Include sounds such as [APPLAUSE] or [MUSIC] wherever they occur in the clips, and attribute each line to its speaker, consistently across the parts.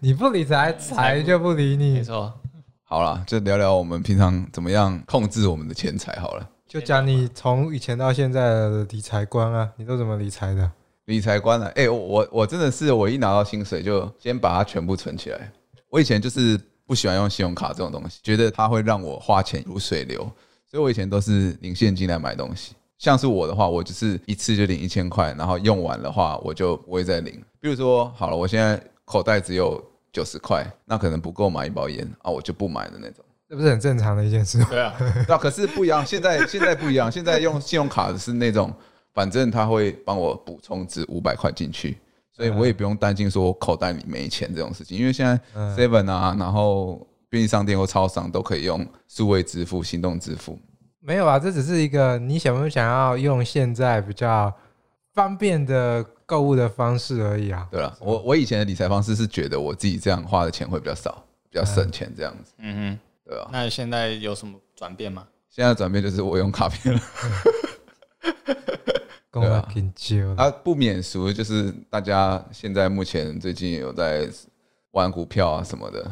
Speaker 1: 你不理财，财就不理
Speaker 2: 没
Speaker 1: 你，
Speaker 2: 错，
Speaker 3: 好啦，就聊聊我们平常怎么样控制我们的钱财好了。
Speaker 1: 就讲你从以前到现在的理财观啊，你都怎么理财的？
Speaker 3: 理财观了、啊，哎、我我我真的是，我一拿到薪水就先把它全部存起来。我以前就是不喜欢用信用卡这种东西，觉得它会让我花钱如水流，所以我以前都是领现金来买东西。像是我的话，我就是一次就领一千块，然后用完的话我就不会再领。比如说，好了，我现在口袋只有九十块，那可能不够买一包烟啊，我就不买的那种。
Speaker 1: 这不是很正常的一件事吗？
Speaker 2: 对啊，
Speaker 3: 那可是不一样，现在现在不一样，现在用信用卡是那种，反正他会帮我补充值五百块进去，所以我也不用担心说我口袋里没钱这种事情，因为现在
Speaker 1: 嗯呃
Speaker 3: Seven 啊，然后便利商店或超商都可以用数位支付、行动支付。
Speaker 1: 没有啊，这只是一个你想不想要用现在比较方便的购物的方式而已啊。
Speaker 3: 对了，我我以前的理财方式是觉得我自己这样花的钱会比较少，比较省钱这样子，
Speaker 2: 嗯
Speaker 3: 对吧
Speaker 2: 哼，？那现在有什么转变吗？
Speaker 3: 现在转变就是我用卡片了，
Speaker 1: 跟我
Speaker 3: 啊
Speaker 1: 挺久的，
Speaker 3: 啊，不免俗就是大家现在目前最近有在玩股票啊什么的，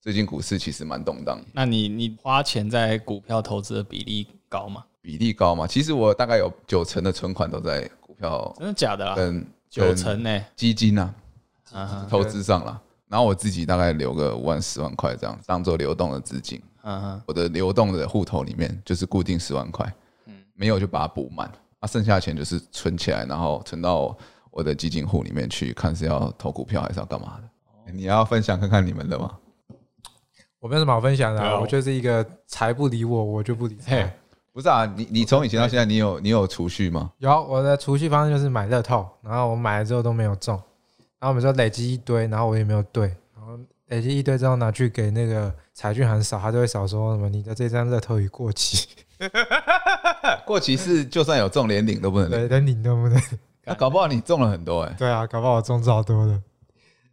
Speaker 3: 最近股市其实蛮动荡，
Speaker 2: 那你你花钱在股票投资的比例高吗？
Speaker 3: 比例高嘛。其实我大概有九成的存款都在股票
Speaker 2: 真的假的啊？
Speaker 3: 跟
Speaker 2: 九成呢、
Speaker 3: 基金啊
Speaker 2: 嗯哼
Speaker 3: 投资上了，然后我自己大概留个五万十万块这样当做流动的资金，
Speaker 2: 嗯哼，
Speaker 3: 我的流动的户头里面就是固定十万块，
Speaker 1: 嗯
Speaker 3: 没有就把它补满，啊，剩下的钱就是存起来，然后存到我的基金户里面去，看是要投股票还是要干嘛的。
Speaker 1: 哦
Speaker 3: 你要分享看看你们的吗？
Speaker 1: 我没有什么好分享的、
Speaker 2: 对
Speaker 1: 啊，
Speaker 2: 啊
Speaker 1: 我就是一个财不理我，我就不理
Speaker 2: 嘿
Speaker 1: 财。
Speaker 3: 不是啊，你你从以前到现在，你有你有储蓄吗？
Speaker 1: 有我的储蓄方式就是买乐透，然后我买了之后都没有中，然后我们就累积一堆，然后我也没有兑，然后累积一堆之后拿去给那个彩券行扫，他就会扫说什么你的这张乐透已过期，
Speaker 3: 过期是就算有中连领都不能领，
Speaker 1: [LAUGHS] 对，连领都不能。 [LAUGHS]
Speaker 3: 那搞不好你中了很多哎、
Speaker 1: 对啊，搞不好我中超多的。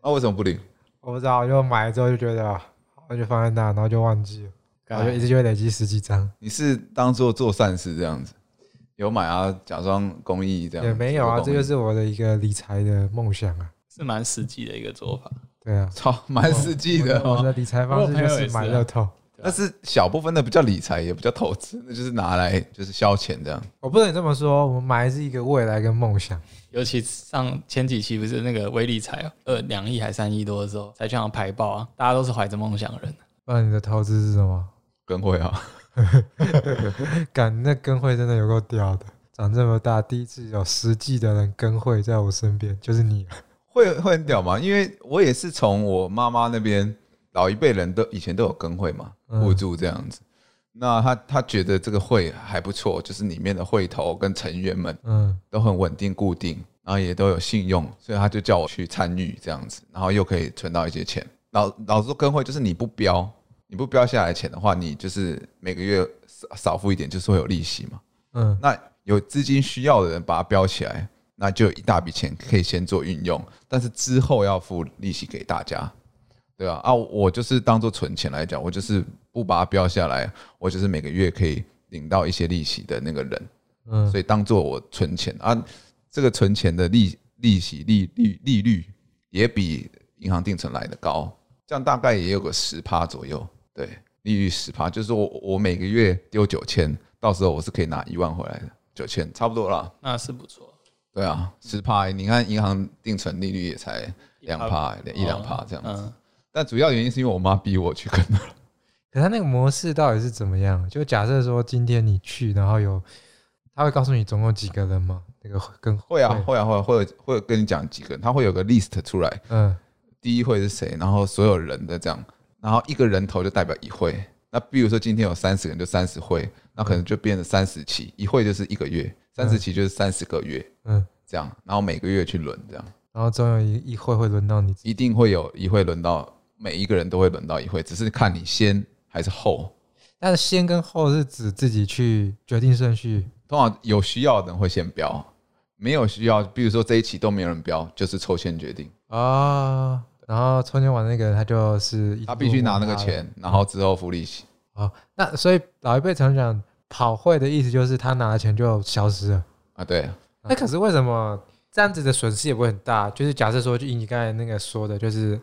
Speaker 3: 那、为什么不领？
Speaker 1: 我不知道，就买了之后就觉得，然后就放在那，然后就忘记了，然后就一次就会累积十几张，
Speaker 3: 你是当做做善事这样子，有买啊，假装公益这
Speaker 1: 嗯
Speaker 3: 样
Speaker 1: 也没有啊，这
Speaker 3: 做公益
Speaker 1: 就是我的一个理财的梦想啊，
Speaker 2: 是蛮实际的一个做法。
Speaker 1: 对 [LAUGHS] 啊，
Speaker 3: 超蛮实际的、
Speaker 1: 我
Speaker 3: 哦。
Speaker 1: 的理财方式就是啊买乐透，
Speaker 3: 但是小部分的不叫理财，也不叫投资，那就是拿来就是消遣这样。
Speaker 1: 我不能这么说，我买的是一个未来跟梦想，
Speaker 2: 尤其上前几期不是那个威力才呃两亿还三亿多的时候，才去上排爆啊，大家都是怀着梦想的人。
Speaker 1: 不然你的投资是什么？ [LAUGHS]
Speaker 3: 跟会啊， [LAUGHS]
Speaker 1: 干那跟会真的有够屌的，长这么大第一次有实际的人跟会在我身边，就是你啊，
Speaker 3: 会会很屌吗？因为我也是从我妈妈那边，老一辈人都以前都有跟会嘛，
Speaker 1: 嗯
Speaker 3: 互助这样子。那他他觉得这个会还不错，就是里面的会头跟成员们
Speaker 1: 嗯，
Speaker 3: 都很稳定固定，然后也都有信用，所以他就叫我去参与这样子，然后又可以存到一些钱。老老实说，跟会就是你不标，你不标下来钱的话，你就是每个月少少付一点，就是会有利息嘛。
Speaker 1: 嗯，
Speaker 3: 那有资金需要的人把它标起来，那就有一大笔钱可以先做运用，但是之后要付利息给大家，对吧、啊？啊，我就是当做存钱来讲，我就是不把它标下来，我就是每个月可以领到一些利息的那个人。
Speaker 1: 嗯，
Speaker 3: 所以当做我存钱啊，这个存钱的利利息利率利率也比银行定存来的高，这样大概也有个十趴左右，对，利率十趴，就是说我我每个月丢九千，到时候我是可以拿一万回来的，九千差不多啦，
Speaker 2: 那是不错，
Speaker 3: 对啊，十趴，你看银行定存利率也才两
Speaker 2: 哦
Speaker 3: 趴哦一两趴这样子，
Speaker 2: 嗯，
Speaker 3: 但主要原因是因为我妈逼我去跟的，
Speaker 1: 可他那个模式到底是怎么样？就假设说今天你去，然后有他会告诉你总共几个人吗？那个跟
Speaker 3: 会啊会啊会啊会会跟你讲几个人，他会有个 list 出来，
Speaker 1: 嗯
Speaker 3: 第一会是谁，然后所有人的这样，然后一个人头就代表一会。那比如说今天有三十个人，就三十会，那可能就变成三十期，一会就是一个月，三十期就是三十个月
Speaker 1: 嗯，
Speaker 3: 这样，然后每个月去轮这样，
Speaker 1: 然后总有一一会会轮到你自己。
Speaker 3: 一定会有一会轮到每一个人都会轮到一会，只是看你先还是后。
Speaker 1: 但是先跟后是指自己去决定顺序，
Speaker 3: 通常有需要的人会先标，没有需要，比如说这一期都没有人标，就是抽签决定，
Speaker 1: 啊、然后抽签完那个人他就是一
Speaker 3: 他必须拿那个
Speaker 1: 路
Speaker 3: 钱，然后之后付利息。
Speaker 1: 啊、哦。那所以老一辈常讲跑会的意思就是他拿了钱就消失了。
Speaker 3: 啊，对，
Speaker 1: 那可是为什么这样子的损失也不会很大？就是假设说，就以你刚才那个说的，就是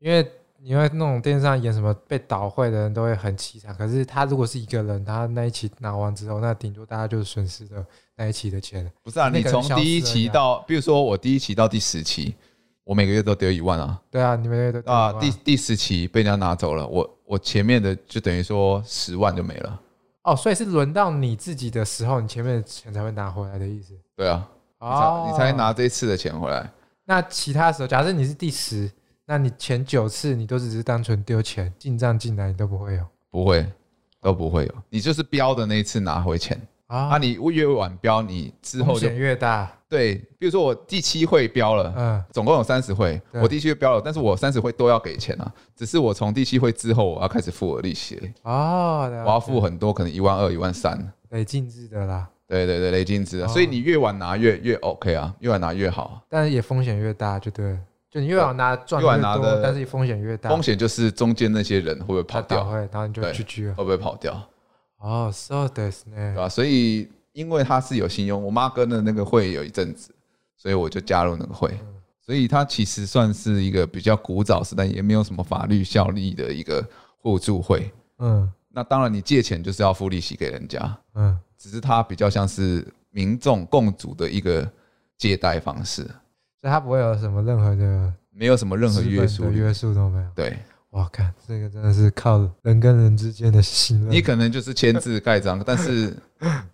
Speaker 1: 因为你会那种电视上演什么被倒会的人都会很凄惨，可是他如果是一个人，他那一期拿完之后，那顶多大家就是损失了那一期的钱。
Speaker 3: 不是啊，
Speaker 1: 那个
Speaker 3: 你从
Speaker 1: 人消
Speaker 3: 第一
Speaker 1: 失了
Speaker 3: 期
Speaker 1: 呀
Speaker 3: 到，比如说我第一期到第十期，我每个月都丢一万啊
Speaker 1: 对啊，你们也都
Speaker 3: 啊，第第十期被人家拿走了，我我前面的就等于说十万就没了。
Speaker 1: 哦，所以是轮到你自己的时候，你前面的钱才会拿回来的意思。
Speaker 3: 对啊，你
Speaker 1: 哦
Speaker 3: 才你才拿这一次的钱回来。
Speaker 1: 那其他时候，假设你是第十，那你前九次你都只是单纯丢钱进账进来，你都不会有
Speaker 3: 不会，都不会有。你就是标的那一次拿回钱，
Speaker 1: 啊
Speaker 3: 啊，你越晚标，你之后
Speaker 1: 风
Speaker 3: 就
Speaker 1: 险越大，
Speaker 3: 对。比如说我第七会标了，
Speaker 1: 嗯，
Speaker 3: 总共有三十会，
Speaker 1: 对
Speaker 3: 我第七会标了，但是我三十会都要给钱啊。只是我从第七会之后，我要开始付我的利息了，
Speaker 1: 哦，
Speaker 3: 我
Speaker 1: 我
Speaker 3: 要付很多，可能一万二、一万三。
Speaker 1: 累进制的啦，
Speaker 3: 对对对，累进值啊，
Speaker 1: 哦
Speaker 3: 所以你越晚拿越越 OK 啊，越晚拿越好啊。
Speaker 1: 但是也风险越大，就对了。就你越往拿赚
Speaker 3: 越往
Speaker 1: 越
Speaker 3: 拿
Speaker 1: 多
Speaker 3: 的，
Speaker 1: 但是风险越大，
Speaker 3: 风险就是中间那些人会不会
Speaker 1: 它
Speaker 3: 跑
Speaker 1: 倒
Speaker 3: 掉，
Speaker 1: 会，然后你就
Speaker 3: 对
Speaker 1: GG 了。啊
Speaker 3: 会不会跑掉，
Speaker 1: 哦，so this 呢
Speaker 3: 对？吧、所以因为他是有信用，我妈跟的那个会有一阵子，所以我就加入那个会。
Speaker 1: 嗯
Speaker 3: 所以它其实算是一个比较古早时代，也没有什么法律效力的一个互助会。
Speaker 1: 嗯
Speaker 3: 那当然，你借钱就是要付利息给人家，
Speaker 1: 嗯，
Speaker 3: 只是它比较像是民众共主的一个借贷方式，
Speaker 1: 所以它不会有什么任何的
Speaker 3: 没有什么任何
Speaker 1: 资本
Speaker 3: 约束
Speaker 1: 的
Speaker 3: 力。
Speaker 1: 约束都没有。
Speaker 3: 对
Speaker 1: 哇，看这个真的是靠人跟人之间的信任。
Speaker 3: [LAUGHS] 你可能就是签字盖章，但是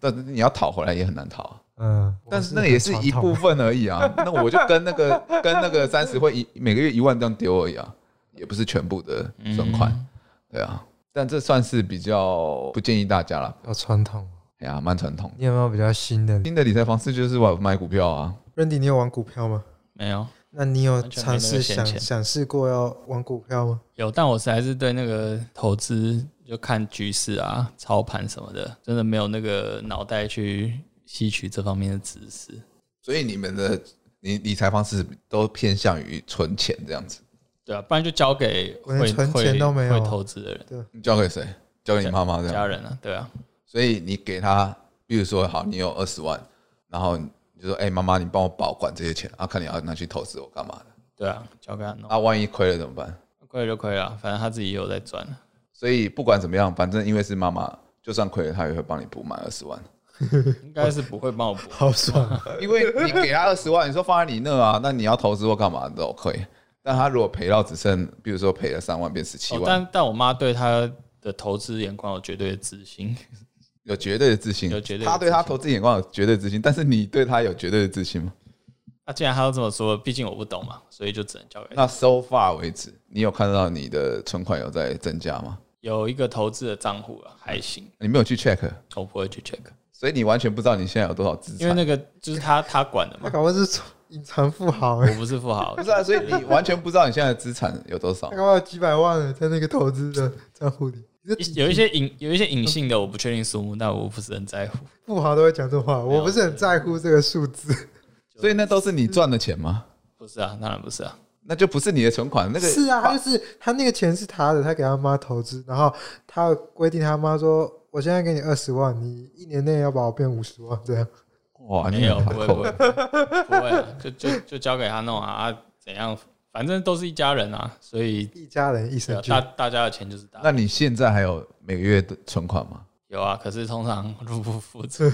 Speaker 3: 但是你要讨回来也很难讨，
Speaker 1: 嗯，
Speaker 3: 但是那个也是一部
Speaker 1: 部
Speaker 3: 分而已啊。那我就跟那个跟那个三十会一每个月一万这样丢而已啊，也不是全部的
Speaker 2: 嗯
Speaker 3: 存款。对啊，但这算是比较不建议大家了。
Speaker 1: 要传统。
Speaker 3: 哎呀，蛮传统的。
Speaker 1: 你有没有比较新的？
Speaker 3: 新的理财方式就是我买股票啊，
Speaker 4: Randy，你有玩股票吗？
Speaker 2: 没有
Speaker 4: 那你有
Speaker 2: 完全
Speaker 4: 尝
Speaker 2: 没那个
Speaker 4: 试
Speaker 2: 闲
Speaker 4: 想
Speaker 2: 钱
Speaker 4: 想试过要玩股票吗？
Speaker 2: 有，但我实在是对那个投资就看局势啊、操盘什么的，真的没有那个脑袋去吸取这方面的知识。
Speaker 3: 所以你们的理理财方式都偏向于存钱这样子。
Speaker 2: 对啊，不然就交给
Speaker 4: 我连
Speaker 2: 会
Speaker 4: 存
Speaker 2: 会
Speaker 4: 钱都没有啊
Speaker 2: 会投资的人、
Speaker 3: 你交给谁？交给你妈妈这
Speaker 2: 家
Speaker 3: 样。
Speaker 2: 人啊，对啊，
Speaker 3: 所以你给他，比如说好，你有二十万，然后你就说，哎、妈妈，你帮我保管这些钱啊，看你要拿去投资我干嘛的。
Speaker 2: 对啊，交给他弄，
Speaker 3: 啊，万一亏了怎么办？
Speaker 2: 亏了就亏了，反正他自己也有在赚。啊
Speaker 3: 所以不管怎么样，反正因为是妈妈，就算亏了，她也会帮你补满二十万。
Speaker 2: 应该是不会帮我补，哦
Speaker 4: 好爽
Speaker 2: [LAUGHS]
Speaker 4: 啊！
Speaker 3: 因为你给他 [LAUGHS] 二十万，你说放在你那啊，那你要投资或干嘛都亏。但他如果赔到只剩，比如说赔了三万变十七
Speaker 2: 哦、
Speaker 3: 万，
Speaker 2: 但但我妈对他的投资眼光有绝对的自信， [LAUGHS]
Speaker 3: 有绝对的自信，
Speaker 2: 有绝对的
Speaker 3: 他对他投资眼光有绝对的自信，但是你对他有绝对的自信吗？
Speaker 2: 那、既然她都这么说，毕竟我不懂嘛，所以就只能交给她。
Speaker 3: 那 so far 为止，你有看到你的存款有在增加吗？
Speaker 2: 有一个投资的账户啊，还行，
Speaker 3: 你没有去 check，
Speaker 2: 我不会去 check，
Speaker 3: 所以你完全不知道你现在有多少资
Speaker 2: 因为
Speaker 3: 产。
Speaker 2: 那个就是他他管的
Speaker 4: 他
Speaker 2: 嘛，
Speaker 4: 搞不好是隐藏富豪哎、
Speaker 2: 我不是富豪
Speaker 3: 不，是啊，所以你完全不知道你现在的资产有多少
Speaker 2: [LAUGHS]
Speaker 4: 他。搞不好有几百万欸在那个投资的账户里。这
Speaker 2: 一有一些隐有一些隐性的我不确定数目，但我不是很在乎。
Speaker 4: 富豪都会讲这话，我不是很在乎这个数字。
Speaker 3: 所以那都是你赚的钱吗？
Speaker 2: 不是啊，当然不是啊，
Speaker 3: 那就不是你的存款，那个
Speaker 4: 是啊，他就是他那个钱是他的，他给他妈投资，然后他规定他妈说：“我现在给你二十万，你一年内要把我变五十万。”这样
Speaker 3: 哇，啊你
Speaker 2: 没有，
Speaker 3: 很
Speaker 2: 不
Speaker 3: 好
Speaker 2: 会不会不会啊，就就就交给他弄啊，啊怎样，反正都是一家人啊，所以
Speaker 4: 一家人一
Speaker 2: 对
Speaker 4: 生
Speaker 2: 啊
Speaker 4: 就
Speaker 2: 大大家的钱就是大家
Speaker 3: 那你现在还有每个月的存款吗？
Speaker 2: 有啊，可是通常入不敷出，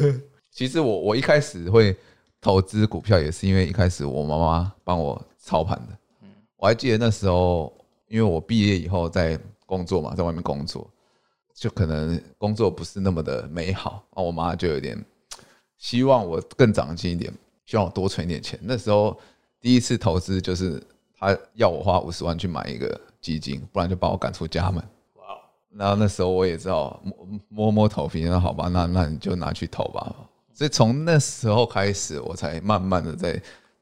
Speaker 3: 其实我我一开始会投资股票，也是因为一开始我妈妈帮我操盘的。
Speaker 2: 嗯
Speaker 3: 我还记得那时候，因为我毕业以后在工作嘛，在外面工作，就可能工作不是那么的美好，啊，我妈就有点希望我更长进一点，希望我多存一点钱。那时候第一次投资就是她要我花五十万去买一个基金，不然就把我赶出家门。
Speaker 2: 哇哦，
Speaker 3: 然后那时候我也知道摸摸摸头皮，那好吧，那那你就拿去投吧。所以从那时候开始，我才慢慢的在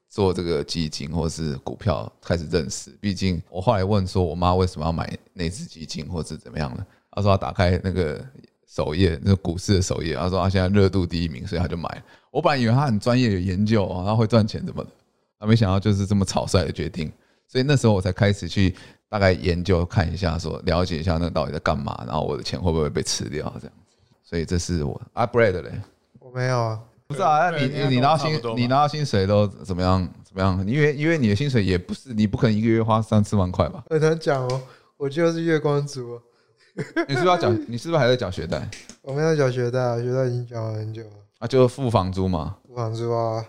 Speaker 3: 做这个基金或是股票开始认识。毕竟我后来问说，我妈为什么要买那只基金或是怎么样的，她说她打开那个首页，那个股市的首页，她说啊她现在热度第一名，所以她就买了。我本来以为她很专业有研究，然后会赚钱怎么的，啊，没想到就是这么草率的决定。所以那时候我才开始去大概研究看一下，说了解一下那到底在干嘛，然后我的钱会不会被吃掉这样子。所以这是我啊，bread 嘞，
Speaker 4: 我没有啊，
Speaker 3: 不是啊，那
Speaker 2: 对
Speaker 3: 你
Speaker 2: 应该
Speaker 3: 你拿到
Speaker 2: 跟我差不
Speaker 3: 薪
Speaker 2: 多吧
Speaker 3: 你拿到薪水都怎么样怎么样？因为因为你的薪水也不是，你不可能一个月花三四万块吧？ [LAUGHS]
Speaker 1: 很难讲哦，我就是月光族哦。
Speaker 3: 你是不是要缴？你是不是还在缴学贷
Speaker 1: 我没有缴学贷，学贷已经缴了很久了，
Speaker 3: 啊？就付房租嘛。
Speaker 1: 付房租啊，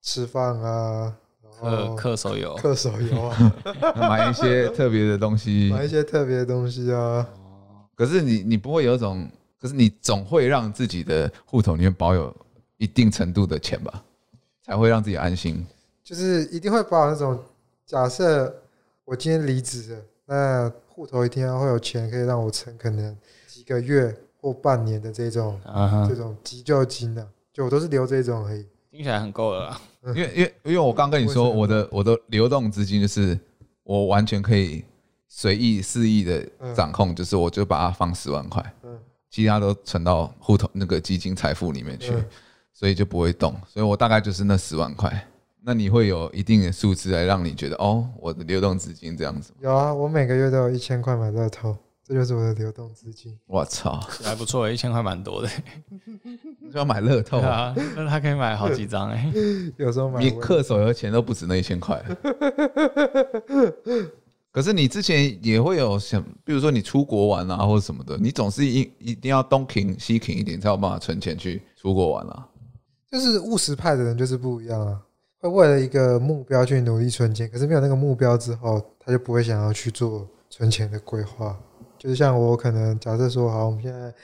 Speaker 1: 吃饭啊，然
Speaker 2: 呃，
Speaker 1: 后
Speaker 2: 氪手游，
Speaker 1: 氪手游啊，
Speaker 3: 买一些特别的东西。
Speaker 1: 买一些特别的东西啊。
Speaker 3: 可是你你不会有一种，可是你总会让自己的户头里面保有一定程度的钱吧，才会让自己安心。
Speaker 1: 就是一定会把那种假设我今天离职了，那户头一定要会有钱可以让我存，可能几个月或半年的这种、
Speaker 2: 啊哈
Speaker 1: 这，种急救金啊，就我都是留这种而已。
Speaker 2: 听起来很够了啦。
Speaker 3: 因为因为因为我刚跟你说，我的我的流动资金就是我完全可以随意肆意的掌控，就是我就把它放十万块
Speaker 1: 嗯，
Speaker 3: 其他都存到户头那个基金财富里面去
Speaker 1: 嗯，
Speaker 3: 所以就不会动。所以我大概就是那十万块。那你会有一定的数字来让你觉得哦，我的流动资金这样子，
Speaker 1: 有啊，我每个月都有一千块买乐透，这就是我的流动资金。 [LAUGHS]
Speaker 3: 我操！ [LAUGHS]
Speaker 2: 还不错，一千块蛮多的。
Speaker 3: 你就要买乐透
Speaker 2: 对
Speaker 3: 啊！
Speaker 2: 啊，那他可以买好几张哎、
Speaker 1: 有时候买
Speaker 3: 你
Speaker 1: 我
Speaker 3: 氪手游钱都不止那一千块。 [LAUGHS] 可是你之前也会有想，比如说你出国玩啊，或者什么的，你总是一一定要东挺西挺一点，才有办法存钱去出国玩啊。
Speaker 1: 就是务实派的人就是不一样啊，会为了一个目标去努力存钱，可是没有那个目标之后，他就不会想要去做存钱的规划。就是像我可能假设说，好，我们现在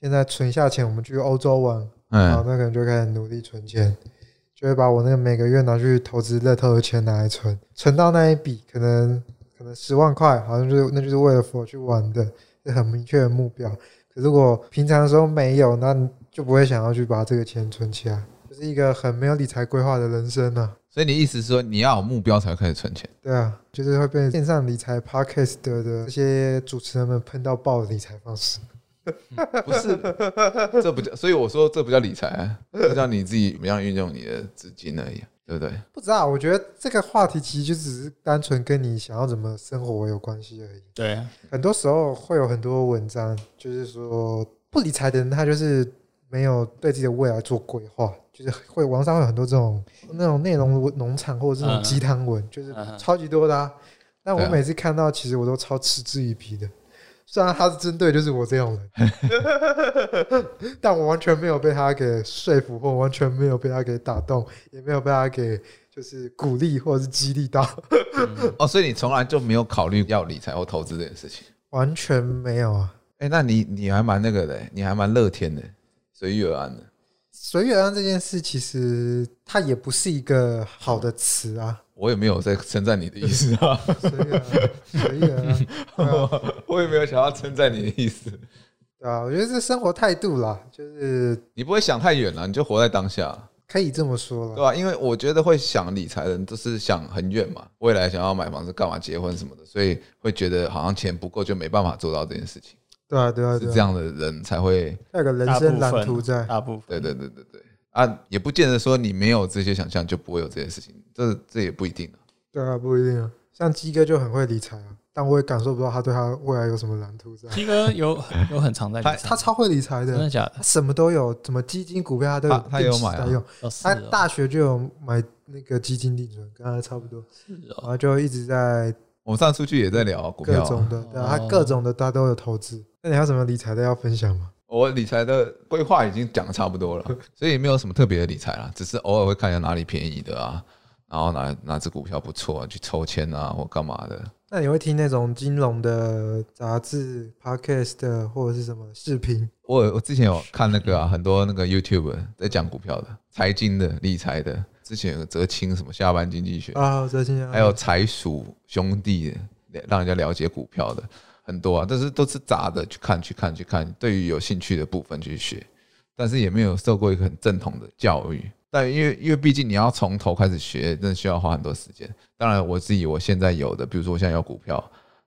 Speaker 1: 现在存下钱，我们去欧洲玩，好，
Speaker 3: 嗯，
Speaker 1: 那可能就开始努力存钱，就会把我那个每个月拿去投资乐透的钱拿来存，存到那一笔可能可能十万块，好像就是那就是为了我去玩的，是很明确的目标。可如果平常的时候没有，那你就不会想要去把这个钱存起来，就是一个很没有理财规划的人生啊。
Speaker 3: 所以你意思是说你要有目标才会开始存钱？
Speaker 1: 对啊，就是会被线上理财 podcast 的的这些主持人们喷到爆的理财方式。
Speaker 3: 不是，这不叫，所以我说这不叫理财、啊，这叫你自己怎么样运用你的资金而已，啊对不对？
Speaker 1: 不知道，我觉得这个话题其实就只是单纯跟你想要怎么生活有关系而已。
Speaker 2: 对，啊
Speaker 1: 很多时候会有很多文章，就是说不理财的人，他就是没有对自己的未来做规划，就是会网上会有很多这种那种内容文农场或者这
Speaker 2: 嗯
Speaker 1: 种鸡汤文，就是
Speaker 2: 嗯哼
Speaker 1: 超级多的、啊。但我
Speaker 3: 对啊
Speaker 1: 每次看到，其实我都超嗤之以鼻的。虽然他是针对就是我这种人， [LAUGHS] 但我完全没有被他给说服，或完全没有被他给打动，也没有被他给就是鼓励或者是激励到，
Speaker 3: 哦，所以你从来就没有考虑要理财或投资这件事情。
Speaker 1: 完全没有啊。
Speaker 3: 哎、那你你还蛮那个的、你还蛮乐天的，随遇而安的。
Speaker 1: 随遇而安这件事，其实它也不是一个好的词啊。
Speaker 3: 我也没有在称赞你的意思啊，
Speaker 1: 随遇而安，随遇而
Speaker 3: [LAUGHS]
Speaker 1: 安， [LAUGHS] 对啊，
Speaker 3: 我也没有想要称赞你的意思。
Speaker 1: 对啊。我觉得这生活态度啦，就是
Speaker 3: 你不会想太远了，你就活在当下，
Speaker 1: 可以这么说
Speaker 3: 对
Speaker 1: 了。
Speaker 3: 吧、因为我觉得会想理财的人都是想很远嘛，未来想要买房子、干嘛、结婚什么的，所以会觉得好像钱不够就没办法做到这件事情，
Speaker 1: 对啊，对啊，
Speaker 3: 是
Speaker 1: 对
Speaker 3: 这
Speaker 1: 啊。
Speaker 3: 样的人才会。
Speaker 1: 要有个人生蓝图在，
Speaker 2: 大部分
Speaker 3: 对对对对对啊，也不见得说你没有这些想象就不会有这些事情，这这也不一定啊。
Speaker 1: 对啊，不一定啊。像鸡哥就很会理财啊，但我也感受不到他对他未来有什么蓝图在。
Speaker 2: 鸡哥有有很常在理财
Speaker 1: 他超会理财
Speaker 2: 真的
Speaker 1: 的，
Speaker 2: 假的
Speaker 1: 他？什么都有，什么基金、股票他都有
Speaker 3: 嗯他，他也有买啊
Speaker 1: 他用。
Speaker 2: 哦是
Speaker 1: 他
Speaker 2: 哦
Speaker 1: 大学就有买那个基金定存，跟他差不多，
Speaker 2: 是
Speaker 1: 然
Speaker 2: 哦，
Speaker 1: 后就一直在
Speaker 3: 我们上次出去也在聊股
Speaker 1: 各
Speaker 3: 票、
Speaker 1: 种
Speaker 3: 啊，
Speaker 1: 的，对啊，
Speaker 2: 哦
Speaker 1: 他各种的他都有投资。那你还有什么理财的要分享吗？
Speaker 3: 我理财的规划已经讲的差不多了， [LAUGHS] 所以也没有什么特别的理财啦，只是偶尔会看一下哪里便宜的啊，然后哪哪只股票不错、啊、去抽签啊或干嘛的。
Speaker 1: 那你会听那种金融的杂志、podcast 或者是什么视频？
Speaker 3: 我有我之前有看那个啊，很多那个 YouTube 在讲股票的、财经的、理财的，之前有个泽清什么下班经济学，
Speaker 1: 啊，哲欣啊，
Speaker 3: 还有财鼠兄弟的，让人家了解股票的很多啊，但是都是杂的去看去看去看，对于有兴趣的部分去学，但是也没有受过一个很正统的教育。但因为因为毕竟你要从头开始学，真的需要花很多时间。当然，我自己我现在有的，比如说我现在有股票，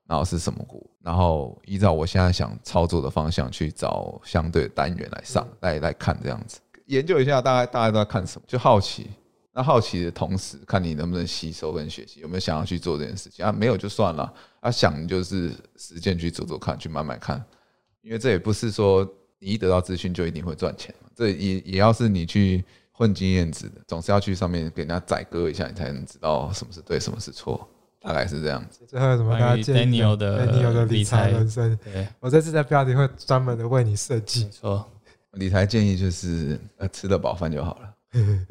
Speaker 3: 然后是什么股，然后依照我现在想操作的方向去找相对的单元来上来来看这样子，研究一下大概大概都在看什么，就好奇。那好奇的同时，看你能不能吸收跟学习，有没有想要去做这件事情啊？没有就算了，啊，想就是实践去做做看，去慢慢看，因为这也不是说你一得到资讯就一定会赚钱嘛，这也也要是你去混经验值的，总是要去上面给人家宰割一下，你才能知道什么是对，什么是错，大概是这样子。
Speaker 4: 最后有什么大
Speaker 2: 关
Speaker 4: 家
Speaker 2: 于
Speaker 4: 建议
Speaker 2: Daniel 的
Speaker 4: Daniel 的理
Speaker 2: 理
Speaker 4: 财
Speaker 2: 财
Speaker 4: 人生？
Speaker 2: 对，
Speaker 4: 我这次在标题会专门的为你设计
Speaker 2: 没。错，
Speaker 3: 理财建议就是，呃，吃得饱饭就好了，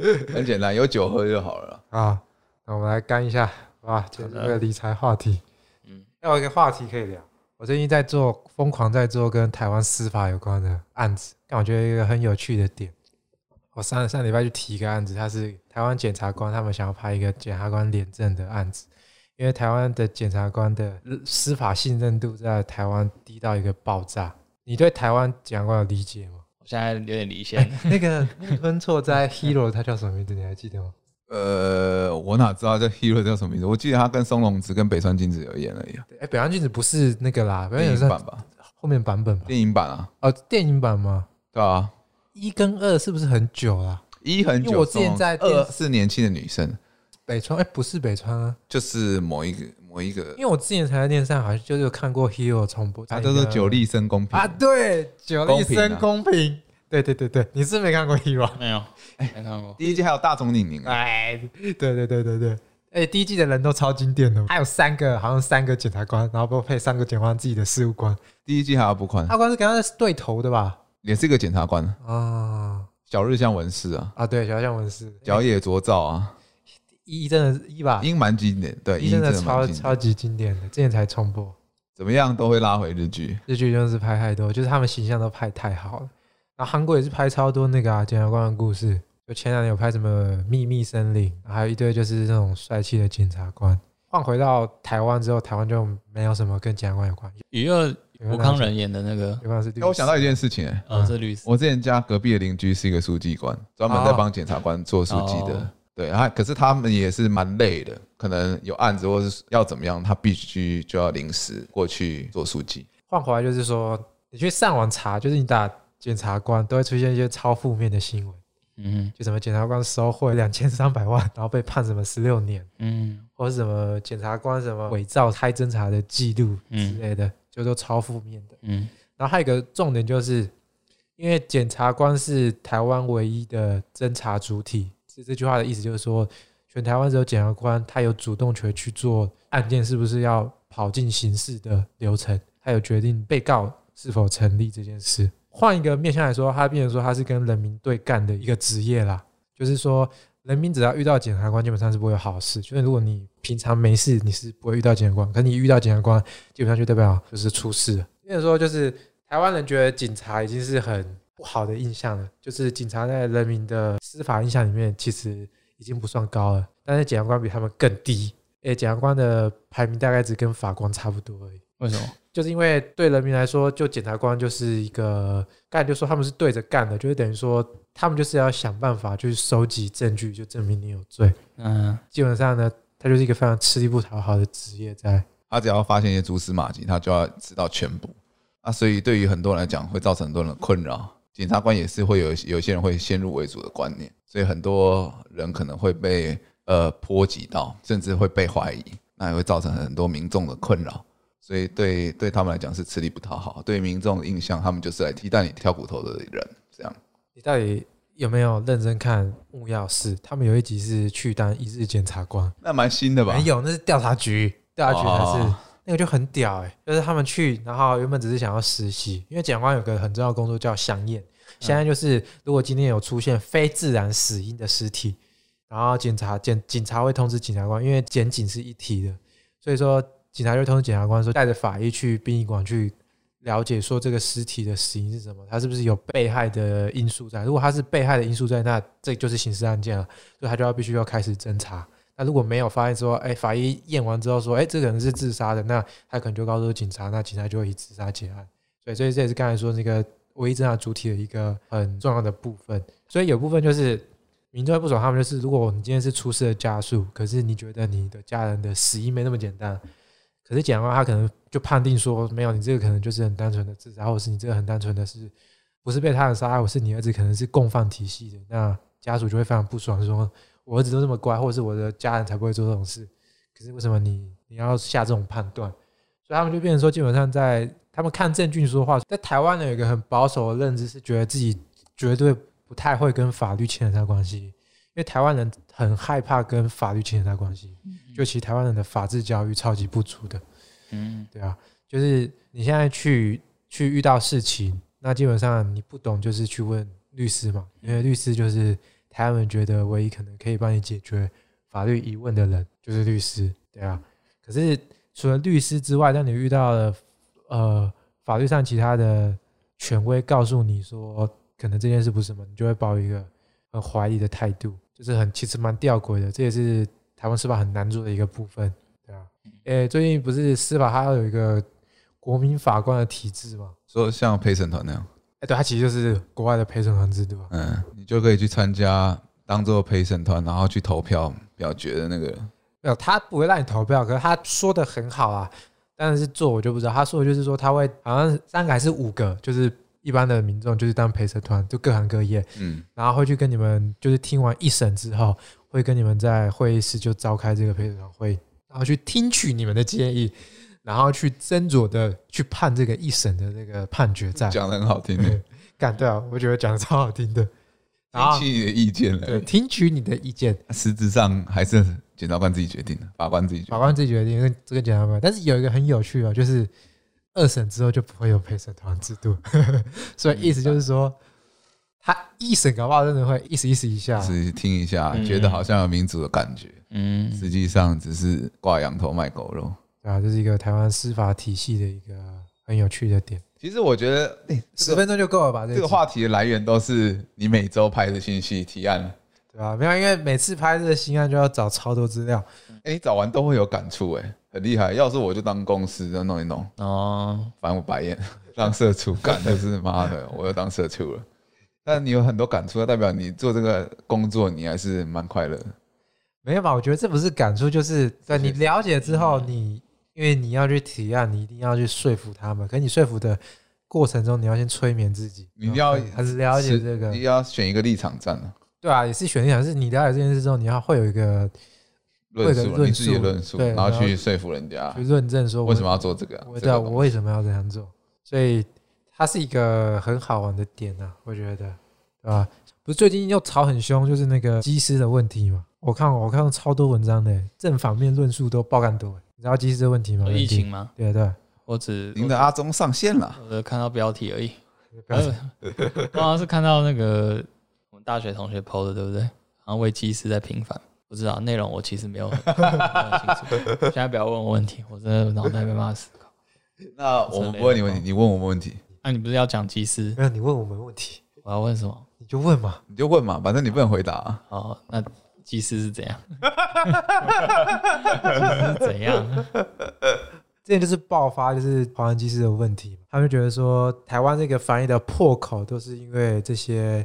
Speaker 3: [LAUGHS] 很简单，有酒喝就好了啦。
Speaker 4: 啊，
Speaker 1: 那我们来干一下，哇，结束这个理财话题。
Speaker 2: 嗯，
Speaker 1: 要有一个话题可以聊。我最近在做，疯狂在做跟台湾司法有关的案子，但我觉得一个很有趣的点。我上上礼拜去提一个案子，他是台湾检察官，他们想要拍一个检察官廉政的案子，因为台湾的检察官的司法信任度在台湾低到一个爆炸。你对台湾检察官有理解吗？
Speaker 2: 我现在有点离线，
Speaker 1: [LAUGHS] 那个木村拓 [LAUGHS] 哉 Hero 他叫什么名字？你还记得吗？
Speaker 3: 呃，我哪知道这 hero 叫什么名字？我记得他跟松隆子、跟北川景子有演而已啊，
Speaker 1: 哎、北洋君子不是那个啦，北洋
Speaker 3: 电
Speaker 1: 君
Speaker 3: 影
Speaker 1: 子
Speaker 3: 版
Speaker 1: 是
Speaker 3: 吧，
Speaker 1: 后面版本吧？
Speaker 3: 电影版啊，
Speaker 1: 哦，电影版吗？
Speaker 3: 对啊，
Speaker 1: 一跟二是不是很久啦、
Speaker 3: 一很
Speaker 1: 因为
Speaker 3: 久，
Speaker 1: 我之前
Speaker 3: 松隆
Speaker 1: 在电
Speaker 3: 二是年轻的女生，
Speaker 1: 北川哎、不是北川啊，
Speaker 3: 就是某一个某一个
Speaker 1: 因，为我之前才在电视上好像就是有看过 Hero 重播，
Speaker 3: 他叫做久立生公平
Speaker 1: 啊，对，久立生
Speaker 3: 公啊
Speaker 1: 公平，对对对对，你是没看过 Hero，
Speaker 2: 没有，没看过。
Speaker 3: 第一季还有大冢宁宁啊，
Speaker 1: 哎，对对对对对。哎、第一季的人都超经典的，还有三个，好像三个检察官，然后配三个检察官自己的事务官，
Speaker 3: 第一季还有不宽，
Speaker 1: 阿官是跟他是对头的吧？
Speaker 3: 也是一个检察官，
Speaker 1: 啊
Speaker 3: 小日向文世啊，
Speaker 1: 啊，对，小象文是
Speaker 3: 小野卓造啊，
Speaker 1: 一真的是一吧，
Speaker 3: 英蛮经典，对，
Speaker 1: 一
Speaker 3: 英
Speaker 1: 真的
Speaker 3: 的蛮
Speaker 1: 超
Speaker 3: 经典
Speaker 1: 超级经典的，之前才重播。
Speaker 3: 怎么样都会拉回日剧。
Speaker 1: 日剧就是拍太多，就是他们形象都拍太好了。然后韩国也是拍超多那个啊，检察官的故事，就前两年有拍什么《秘密森林》，还有一堆就是那种帅气的检察官。换回到台湾之后，台湾就没有什么跟检察官有关，
Speaker 2: 余二
Speaker 1: 有
Speaker 2: 吴
Speaker 1: 关
Speaker 2: 康仁演的那个，
Speaker 1: 有关是律
Speaker 3: 哎
Speaker 1: 师。
Speaker 3: 我想到一件事情、哎
Speaker 2: 呃，是律师，
Speaker 3: 我之前家隔壁的邻居是一个书记官，专门在帮检察官做书记的。
Speaker 2: 哦
Speaker 3: 对，他可是他们也是蛮累的，可能有案子或是要怎么样，他必须就要临时过去做书记。
Speaker 1: 换回来就是说，你去上网查，就是你打检察官都会出现一些超负面的新闻，
Speaker 2: 嗯
Speaker 1: 就什么检察官收贿两千三百万，然后被判什么十六年。
Speaker 2: 嗯
Speaker 1: 或是什么检察官什么伪嗯造开侦查的记录之类的，就都超负面的。
Speaker 2: 嗯
Speaker 1: 然后还有一个重点就是，因为检察官是台湾唯一的侦查主体，这这句话的意思就是说，全台湾只有检察官他有主动权去做案件是不是要跑进刑事的流程，他有决定被告是否成立这件事。换一个面向来说，他变成说他是跟人民对干的一个职业啦，就是说。人民只要遇到检察官，基本上是不会有好事。就是如果你平常没事，你是不会遇到检察官；可你遇到检察官，基本上就代表就是出事了。那个时候就是台湾人觉得警察已经是很不好的印象了，就是警察在人民的司法印象里面其实已经不算高了，但是检察官比他们更低。诶，检察官的排名大概只跟法官差不多而已。
Speaker 2: 为什么？
Speaker 1: 就是因为对人民来说，就检察官就是一个干，就说他们是对着干的，就是等于说他们就是要想办法去收集证据，就证明你有罪。
Speaker 2: 嗯，
Speaker 1: 基本上呢，他就是一个非常吃力不讨好的职业在。
Speaker 3: 他只要发现一些蛛丝马迹，他就要知道全部。啊，所以对于很多人来讲，会造成很多人的困扰。检察官也是会有有些人会先入为主的观念，所以很多人可能会被呃波及到，甚至会被怀疑，那也会造成很多民众的困扰。所以对对他们来讲是吃力不讨好，对民众的印象，他们就是来鸡蛋里挑骨头的人。这样，
Speaker 1: 你到底有没有认真看《木曜四》？他们有一集是去当一日检察官，
Speaker 3: 那蛮新的吧？
Speaker 1: 没有，那是调查局，调查局才是、
Speaker 3: 哦
Speaker 1: 那个就很屌哎、就是他们去，然后原本只是想要实习，因为检察官有个很重要的工作叫相验，相
Speaker 3: 嗯
Speaker 1: 验就是如果今天有出现非自然死因的尸体，然后检察检警察会通知检察官，因为检警是一体的，所以说警察就会通知检察官说带着法医去殡仪馆去了解说这个尸体的死因是什么，它是不是有被害的因素在？如果它是被害的因素在，那这就是刑事案件了，所以他就要必须要开始侦查。那如果没有发现说，哎、法医验完之后说，哎、这个人是自杀的，那他可能就告诉警察，那警察就会以自杀结案。所以，所以这也是刚才说那个唯一侦查主体的一个很重要的部分。所以有部分就是民众会不爽，他们就是如果你今天是出事的家属，可是你觉得你的家人的死因没那么简单，可是检察官他可能就判定说，没有，你这个可能就是很单纯的自杀，或者是你这个很单纯的是不是被他人杀害，我是你儿子可能是共犯体系的，那家属就会非常不爽，说 [LAUGHS] 我儿子都这么乖，或者是我的家人才不会做这种事，可是为什么你你要下这种判断？所以他们就变成说，基本上在他们看证据说话，在台湾呢有一个很保守的认知，是觉得自己绝对不太会跟法律牵扯到关系，因为台湾人很害怕跟法律牵扯到关系。就其实台湾人的法治教育超级不足的，
Speaker 2: 嗯，
Speaker 1: 对啊，就是你现在去去遇到事情，那基本上你不懂就是去问律师嘛，因为律师就是台湾人觉得唯一可能可以帮你解决法律疑问的人就是律师，对啊。可是除了律师之外，当你遇到了呃法律上其他的权威告诉你说可能这件事不是什么，你就会抱一个很怀疑的态度，就是很其实蛮吊诡的，这也是台湾司法很难做的一个部分，对啊。诶、最近不是司法它有一个国民法官的体制嘛？
Speaker 3: 说像陪审团那样，
Speaker 1: 哎、对，它其实就是国外的陪审团制度啊。
Speaker 3: 嗯，你就可以去参加，当做陪审团，然后去投票表决的那个。
Speaker 1: 没有，他不会让你投票，可是他说的很好啊。但是做我就不知道，他说的就是说他会好像三个还是五个，就是一般的民众就是当陪审团，就各行各业，
Speaker 3: 嗯，
Speaker 1: 然后会去跟你们就是听完一审之后，会跟你们在会议室就召开这个陪审团会议，然后去听取你们的建议，然后去斟酌的去判这个一审的这个判决在。
Speaker 3: [LAUGHS] 讲的很好听的，
Speaker 1: 对干对啊，我觉得讲的超好听的。然后
Speaker 3: 听取你的意见
Speaker 1: 啊对，
Speaker 3: 了。
Speaker 1: 听取你的意见，
Speaker 3: 实质上还是检察官自己决定的，法官自己决
Speaker 1: 法
Speaker 3: 定。
Speaker 1: 官自己决定，因为这个检察官。但是有一个很有趣哦，就是二审之后就不会有陪审团制度， [LAUGHS] 所以意思就是说，他一审搞不好真的会一时一时一下，
Speaker 3: 是听一下，
Speaker 2: 嗯
Speaker 3: 觉得好像有民主的感觉，
Speaker 2: 嗯，
Speaker 3: 实际上只是挂羊头卖狗肉。
Speaker 1: 对啊，这是一个台湾司法体系的一个很有趣的点。
Speaker 3: 其实我觉得，哎、
Speaker 1: 十
Speaker 3: 这
Speaker 1: 分
Speaker 3: 个
Speaker 1: 钟就够了吧？这
Speaker 3: 这个
Speaker 1: 集
Speaker 3: 话题的来源都是你每周拍的信息提案，
Speaker 1: 对吧、没有，因为每次拍这个新案就要找超多资料，
Speaker 3: 哎、你早完都会有感触，哎，很厉害。要是我就当公司就弄一弄，
Speaker 2: 哦，
Speaker 3: 反正我白眼， [LAUGHS] 当社畜干，就是妈的，我又当社畜了。但你有很多感触，代表你做这个工作，你还是蛮快乐的。
Speaker 1: 没有吧？我觉得这不是感触，就是对你了解之后，
Speaker 3: 嗯
Speaker 1: 你因为你要去提案，你一定要去说服他们。可你说服的过程中，你要先催眠自己，
Speaker 3: 你一定要
Speaker 1: 还是了解
Speaker 3: 是
Speaker 1: 这个
Speaker 3: 你，要选一个立场站啊，
Speaker 1: 对啊，也是选一想，是你了解这件事之后，你要会有一个
Speaker 3: 论
Speaker 1: 对的
Speaker 3: 述啊
Speaker 1: 论
Speaker 3: 你自己的
Speaker 1: 述
Speaker 3: 论述，
Speaker 1: 对
Speaker 3: 然后
Speaker 1: 然后
Speaker 3: 去说服人家
Speaker 1: 去论证说我
Speaker 3: 啊为什么要做这个啊、
Speaker 1: 我
Speaker 3: 这
Speaker 1: 对啊、
Speaker 3: 个
Speaker 1: 我
Speaker 3: 东
Speaker 1: 为什么要这样做？所以它是一个很好玩的点啊，我觉得，对吧？不是最近又吵很凶，就是那个机师的问题嘛。我看我看到超多文章的欸，正反面论述都爆干多欸。你知道机师的问
Speaker 3: 哦
Speaker 1: 题吗？
Speaker 2: 有疫情，吗？
Speaker 1: 对啊对啊，
Speaker 2: 我只
Speaker 3: 您的阿忠上线了，
Speaker 2: 我只看到标题而已。
Speaker 1: 不要
Speaker 2: 呃我好像是看到那个我们大学同学 PO 的，对不对？好像为机师在平反，不知道内容我其实没有很 [LAUGHS] 没有很清楚。现在不要问我问题，我真的脑袋被骂死。
Speaker 3: 那我们不问你问题，你问我们问题，
Speaker 2: 那、你不是要讲机师？
Speaker 1: 没有你问我们问题，
Speaker 2: 我要问什么？
Speaker 1: 你就问嘛。
Speaker 3: 你就问嘛，反正你不能回答、啊。
Speaker 2: 哦，那机师是怎 [LAUGHS] 样？机师是怎样？
Speaker 1: 这前就是爆发就是华人机师的问题嘛，他们觉得说台湾这个防疫的破口都是因为这些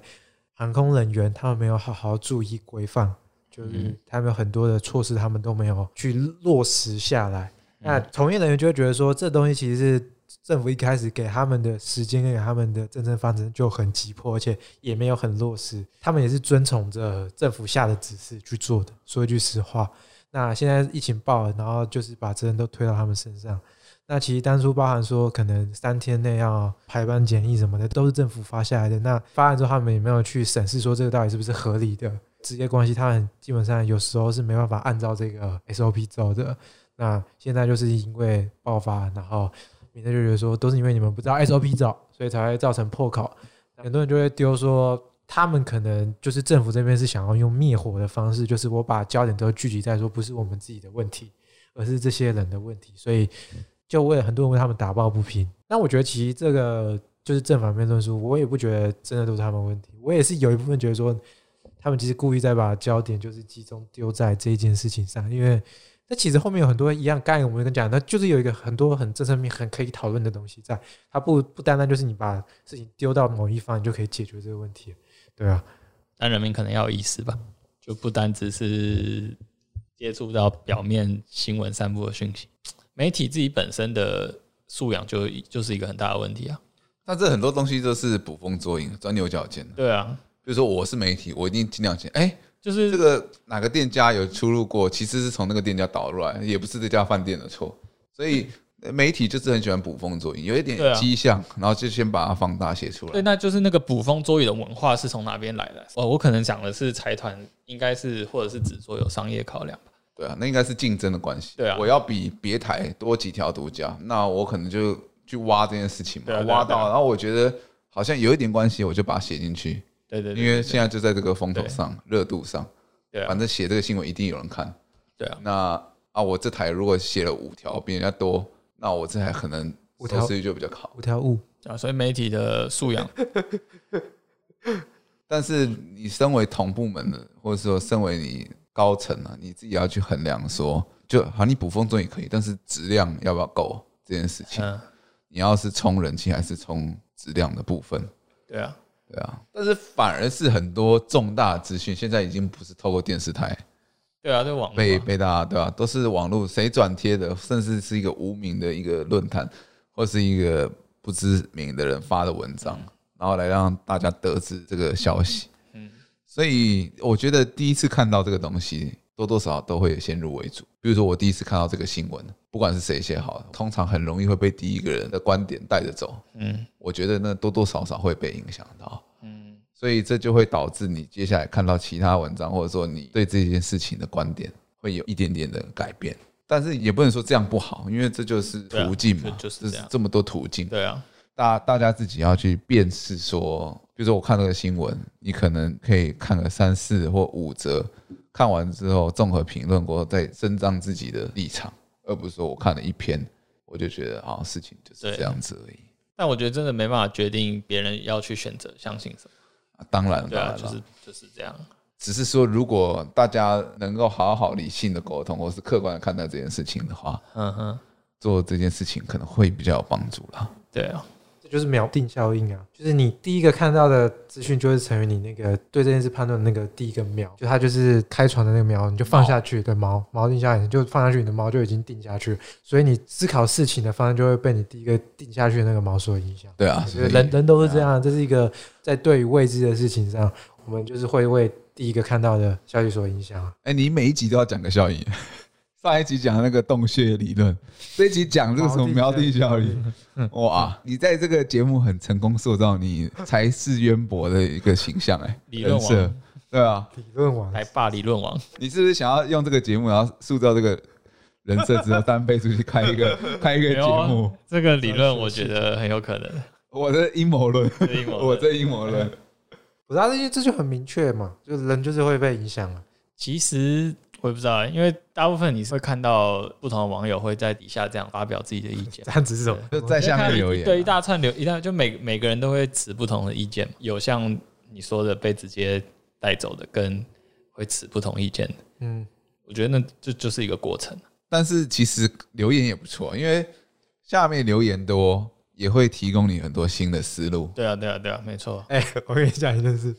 Speaker 1: 航空人员他们没有好好注意规范，就是
Speaker 2: 嗯
Speaker 1: 他们有很多的措施他们都没有去落实下来。那从业人员就会觉得说，这东西其实是政府一开始给他们的时间跟给他们的政策方针就很急迫，而且也没有很落实。他们也是遵从着政府下的指示去做的。说一句实话，那现在疫情爆了，然后就是把责任都推到他们身上。那其实当初包含说，可能三天内要排班检疫什么的，都是政府发下来的。那发了之后，他们也没有去审视说这个到底是不是合理的职业关系，他们基本上有时候是没办法按照这个 SOP 走的。那现在就是因为爆发，然后民众就觉得说，都是因为你们不知道 SOP 走，所以才会造成破口。很多人就会丢说，他们可能就是政府这边是想要用灭火的方式，就是我把焦点都聚集在说，不是我们自己的问题，而是这些人的问题，所以就为很多人为他们打抱不平。那我觉得其实这个就是正反面论述，我也不觉得真的都是他们问题，我也是有一部分觉得说，他们其实故意在把焦点就是集中丢在这一件事情上，因为。那其实后面有很多一样，刚才我们跟讲，那就是有一个很多很正正面很可以讨论的东西在，它不不单单就是你把事情丢到某一方，你就可以解决这个问题了，对啊，
Speaker 2: 但人民可能要有意识吧，就不单只是接触到表面新闻散布的讯息，媒体自己本身的素养就就是一个很大的问题啊。
Speaker 3: 那这很多东西都是捕风捉影、钻牛角尖的。
Speaker 2: 对啊，
Speaker 3: 比如说我是媒体，我一定尽量讲，哎、
Speaker 2: 就是
Speaker 3: 这个哪个店家有出入过，其实是从那个店家导入来，也不是这家饭店的错。所以媒体就是很喜欢捕风捉影，有一点
Speaker 2: 对啊
Speaker 3: 迹象，然后就先把它放大写出
Speaker 2: 对，
Speaker 3: 来。
Speaker 2: 那就是那个捕风捉影的文化是从哪边来的？哦，我可能讲的是财团，应该是或者是只说有商业考量吧。
Speaker 3: 对啊，那应该是竞争的关系。
Speaker 2: 对啊
Speaker 3: 我要比别台多几条独家，那我可能就去挖这件事情嘛
Speaker 2: 对啊，对啊
Speaker 3: 挖
Speaker 2: 对
Speaker 3: 到，
Speaker 2: 啊
Speaker 3: 然后我觉得好像有一点关系，我就把它写进去，
Speaker 2: 对对对，
Speaker 3: 因为现在就在这个风头
Speaker 2: 对
Speaker 3: 上、热度上，
Speaker 2: 对啊
Speaker 3: 反正写这个新闻一定有人看。
Speaker 2: 对啊，
Speaker 3: 那啊，我这台如果写了五条比人家多，那我这台可能
Speaker 1: 五条
Speaker 3: 收视率就比较好。
Speaker 1: 五条悟，
Speaker 2: 啊，所以媒体的素 [LAUGHS] 养，
Speaker 3: 但是你身为同部门的，或者说身为你高层啊，你自己要去衡量说，就好你捕风捉影可以，但是质量要不要够这件事情，
Speaker 2: 嗯，
Speaker 3: 你要是冲人气还是冲质量的部分，
Speaker 2: 对啊，
Speaker 3: 对啊。但是反而是很多重大资讯，现在已经不是透过电视台
Speaker 2: 对啊，对网络
Speaker 3: 被
Speaker 2: 啊
Speaker 3: 被大家对吧、都是网络谁转贴的，甚至是一个无名的一个论坛，或是一个不知名的人发的文章，然后来让大家得知这个消息。
Speaker 2: 嗯
Speaker 3: 所以我觉得第一次看到这个东西，多多少少都会先入为主。比如说我第一次看到这个新闻，不管是谁写好的，通常很容易会被第一个人的观点带着走。
Speaker 2: 嗯
Speaker 3: 我觉得那多多少少会被影响到。
Speaker 2: 嗯，
Speaker 3: 所以这就会导致你接下来看到其他文章，或者说你对这件事情的观点会有一点点的改变。但是也不能说这样不好，因为这就是
Speaker 2: 对啊
Speaker 3: 途径嘛，
Speaker 2: 就就是
Speaker 3: 这
Speaker 2: 这样
Speaker 3: 么多途径，
Speaker 2: 对啊，
Speaker 3: 大大家自己要去辨识说，比如说我看这个新闻，你可能可以看个三四或五则，看完之后综合评论过后，再伸张自己的立场，而不是说我看了一篇我就觉得啊事情就是
Speaker 2: 对
Speaker 3: 这样子而已。
Speaker 2: 但我觉得真的没办法决定别人要去选择相信什么，
Speaker 3: 啊当然，
Speaker 2: 对
Speaker 3: 当然
Speaker 2: 啊，
Speaker 3: 了
Speaker 2: 就是就是这样，
Speaker 3: 只是说，如果大家能够好好理性的沟通，或是客观的看待这件事情的话，
Speaker 2: 嗯哼，
Speaker 3: 做这件事情可能会比较有帮助啦。
Speaker 2: 对啊，
Speaker 1: 这就是秒定效应啊！就是你第一个看到的资讯，就会成为你那个对这件事判断的那个第一个秒，就它就是开船的那个秒，你就放下去，对锚锚定下来，你就放下去，你的锚就已经定下去，所以你思考事情的方向就会被你第一个定下去的那个锚所影响。
Speaker 3: 对啊，
Speaker 1: 我觉
Speaker 3: 所
Speaker 1: 得
Speaker 3: 以
Speaker 1: 人人都是这样，这是一个在对于未知的事情上，我们就是会为第一个看到的消息所影响啊。
Speaker 3: 哎、你每一集都要讲个效应。 [LAUGHS] 上一集讲那个洞穴理论，这一集讲这个什么
Speaker 1: 锚
Speaker 3: 苗
Speaker 1: 定
Speaker 3: 地
Speaker 1: 效
Speaker 3: 效
Speaker 1: 应
Speaker 3: 应。
Speaker 2: 嗯
Speaker 3: 哇，你在这个节目很成功塑造你才是渊博的一个形象、哎，
Speaker 2: 理论
Speaker 3: 人设
Speaker 2: 王，
Speaker 3: 对啊，
Speaker 1: 理论完，
Speaker 2: 来霸理论王，
Speaker 3: 你是不是想要用这个节目，然后塑造这个人设之后，单飞出去开
Speaker 2: [LAUGHS]
Speaker 3: 一个开一个
Speaker 2: 没
Speaker 3: 节
Speaker 2: 有啊
Speaker 3: 目？
Speaker 2: [LAUGHS] 这个理论我觉得很有可能，
Speaker 3: 我的阴谋论，
Speaker 2: 这是阴谋论
Speaker 3: [LAUGHS] 我这阴谋论，
Speaker 2: 哎
Speaker 1: 不是啊，这些这就很明确嘛，就人就是会被影响啊。
Speaker 2: 其实我也不知道欸，因为大部分你是会看到不同的网友会在底下这样发表自己的意见
Speaker 1: 这。样子是什么？
Speaker 3: 就 [LAUGHS] 在下面留言啊。
Speaker 2: 对一大串留一大，就每每个人都会持不同的意见，有像你说的被直接带走的，跟会持不同意见的。
Speaker 1: 嗯，
Speaker 2: 我觉得那这就是一个过程。
Speaker 3: 但是其实留言也不错，因为下面留言多，也会提供你很多新的思路。
Speaker 2: 对啊，对啊，对啊，没错。
Speaker 1: 哎、我跟你讲一件事，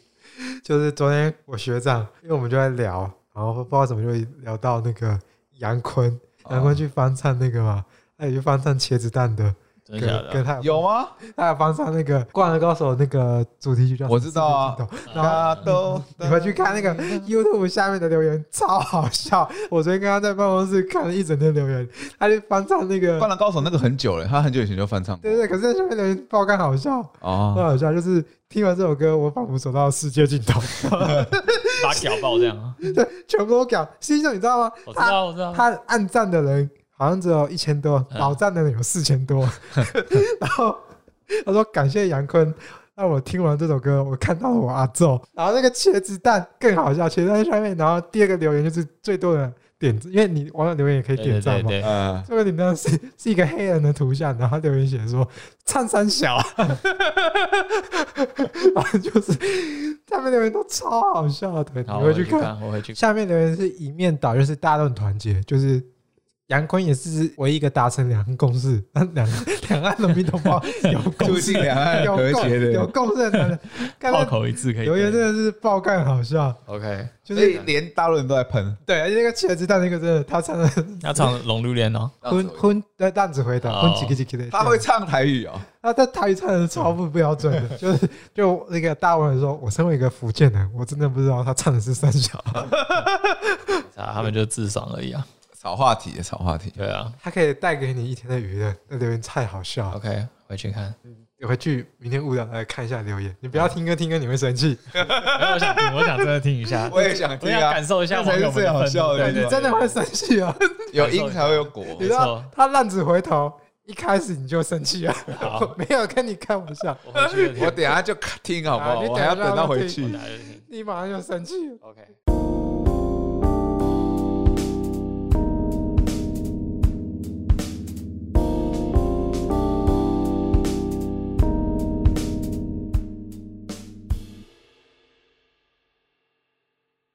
Speaker 1: 就是昨天我学长，因为我们就在聊，然后不知道怎么就聊到那个杨坤，杨
Speaker 3: 哦
Speaker 1: 坤去翻唱那个嘛，他也去翻唱茄子蛋的，
Speaker 2: 真
Speaker 1: 跟
Speaker 2: 的假的
Speaker 1: 跟
Speaker 2: 啊？
Speaker 1: 他
Speaker 3: 有吗？
Speaker 1: 他有翻唱那个《灌篮高手》那个主题曲叫什么
Speaker 3: 我知道啊
Speaker 1: 四季尽头然后
Speaker 3: 大家都
Speaker 1: 嗯你们去看那个 YouTube 下面的留言，超好笑。我昨天刚刚在办公室看了一整天留言，他就翻唱那个
Speaker 3: 《灌，篮高手》那个很久了，他很久以前就翻唱过
Speaker 1: 对对，可是在下面留言爆肝好笑，爆
Speaker 3: 哦。
Speaker 1: 好笑。就是听完这首歌，我仿佛走到世界尽头，
Speaker 2: 把屌爆这样啊？
Speaker 1: [LAUGHS] 全部都搞。心想你知道吗？
Speaker 2: 我知
Speaker 1: 他
Speaker 2: 道，我知道。
Speaker 1: 他按赞的人好像只有一千多，
Speaker 2: 嗯
Speaker 1: 老赞的人有四千
Speaker 2: [LAUGHS]
Speaker 1: 多。然后他说感谢杨坤。让我听完这首歌，我看到了我阿昼，然后那个茄子蛋更好笑，茄子蛋下面，然后第二个留言就是最多人点，因为你网友留言也可以
Speaker 2: 对
Speaker 1: 点
Speaker 2: 对
Speaker 1: 赞
Speaker 2: 对
Speaker 1: 嘛。
Speaker 2: 对，
Speaker 3: 嗯，
Speaker 1: 这个里面是 [LAUGHS] 是一个黑人的图像，然后他留言写说“唱三小”，
Speaker 2: [LAUGHS]
Speaker 1: 然后就是下面留言都超好笑的，你
Speaker 2: 好，
Speaker 1: 会
Speaker 2: 我
Speaker 1: 去
Speaker 2: 去
Speaker 1: 看。
Speaker 2: 看，我会去看。
Speaker 1: 下面留言是一面倒，就是大家都很团结，就是杨坤也是唯一一个达成两岸共识， [LAUGHS] 但两两岸人民同胞有共 [LAUGHS]
Speaker 3: 促
Speaker 1: 识
Speaker 3: 进、两岸
Speaker 1: 有
Speaker 3: 和
Speaker 1: 共
Speaker 3: 谐
Speaker 1: 有
Speaker 3: 的。
Speaker 1: 共识的男人，看
Speaker 2: 炮
Speaker 1: 到
Speaker 2: 口一致可以。
Speaker 1: 留言真的是爆干好笑，
Speaker 2: OK，
Speaker 1: 就
Speaker 3: 所以
Speaker 1: 是
Speaker 3: 连大陆人都在喷，
Speaker 1: 对，而且那个茄子蛋那个真的，他唱的
Speaker 2: 那唱龙榴莲 [LAUGHS] 哦，
Speaker 1: 昏昏的蛋子回答，
Speaker 2: 哦
Speaker 1: 昏几个几个的，
Speaker 3: 他会唱台语哦。
Speaker 1: 他在台语唱的超不标准 [LAUGHS] 的，就是就那个大文说，我身为一个福建人，我真的不知道他唱的是三小，
Speaker 2: 啊，他们就自爽而已啊。
Speaker 3: 炒话题，炒话题。
Speaker 2: 对啊
Speaker 1: 它可以带给你一天的娱乐。那留言太好笑了，
Speaker 2: ，OK，回去 [LAUGHS] 看。
Speaker 1: 你回去明天无聊来看一下留言。你不要听歌听歌，你会生气，
Speaker 2: 没有哎我想听，我想真的听一下，
Speaker 3: 我也想
Speaker 2: 我
Speaker 3: 听
Speaker 2: 想
Speaker 3: 啊
Speaker 2: 感，受一下
Speaker 3: 这才
Speaker 2: 网
Speaker 3: 是
Speaker 2: 友们
Speaker 3: 最好
Speaker 2: 的愤
Speaker 3: 笑
Speaker 2: 怒。
Speaker 3: 的
Speaker 2: 对
Speaker 3: 地
Speaker 1: 你
Speaker 2: 对
Speaker 3: 方
Speaker 2: 对啊
Speaker 1: 真的会生气啊！
Speaker 3: 有因才会有果。
Speaker 1: 你
Speaker 2: 没
Speaker 1: 知道
Speaker 2: 错
Speaker 1: 他浪子回头一开始你就生气啊！
Speaker 2: 好，
Speaker 1: [LAUGHS] 没有跟你开玩笑，
Speaker 2: 我回去就听
Speaker 3: 我等一下就听好不
Speaker 1: 啊
Speaker 3: 好？
Speaker 1: 你
Speaker 3: 我
Speaker 1: 等一
Speaker 3: 还
Speaker 1: 下
Speaker 3: 要等到回
Speaker 2: 我
Speaker 3: 去。
Speaker 2: 等下就听。
Speaker 1: 你马上就生气了。啊
Speaker 2: OK，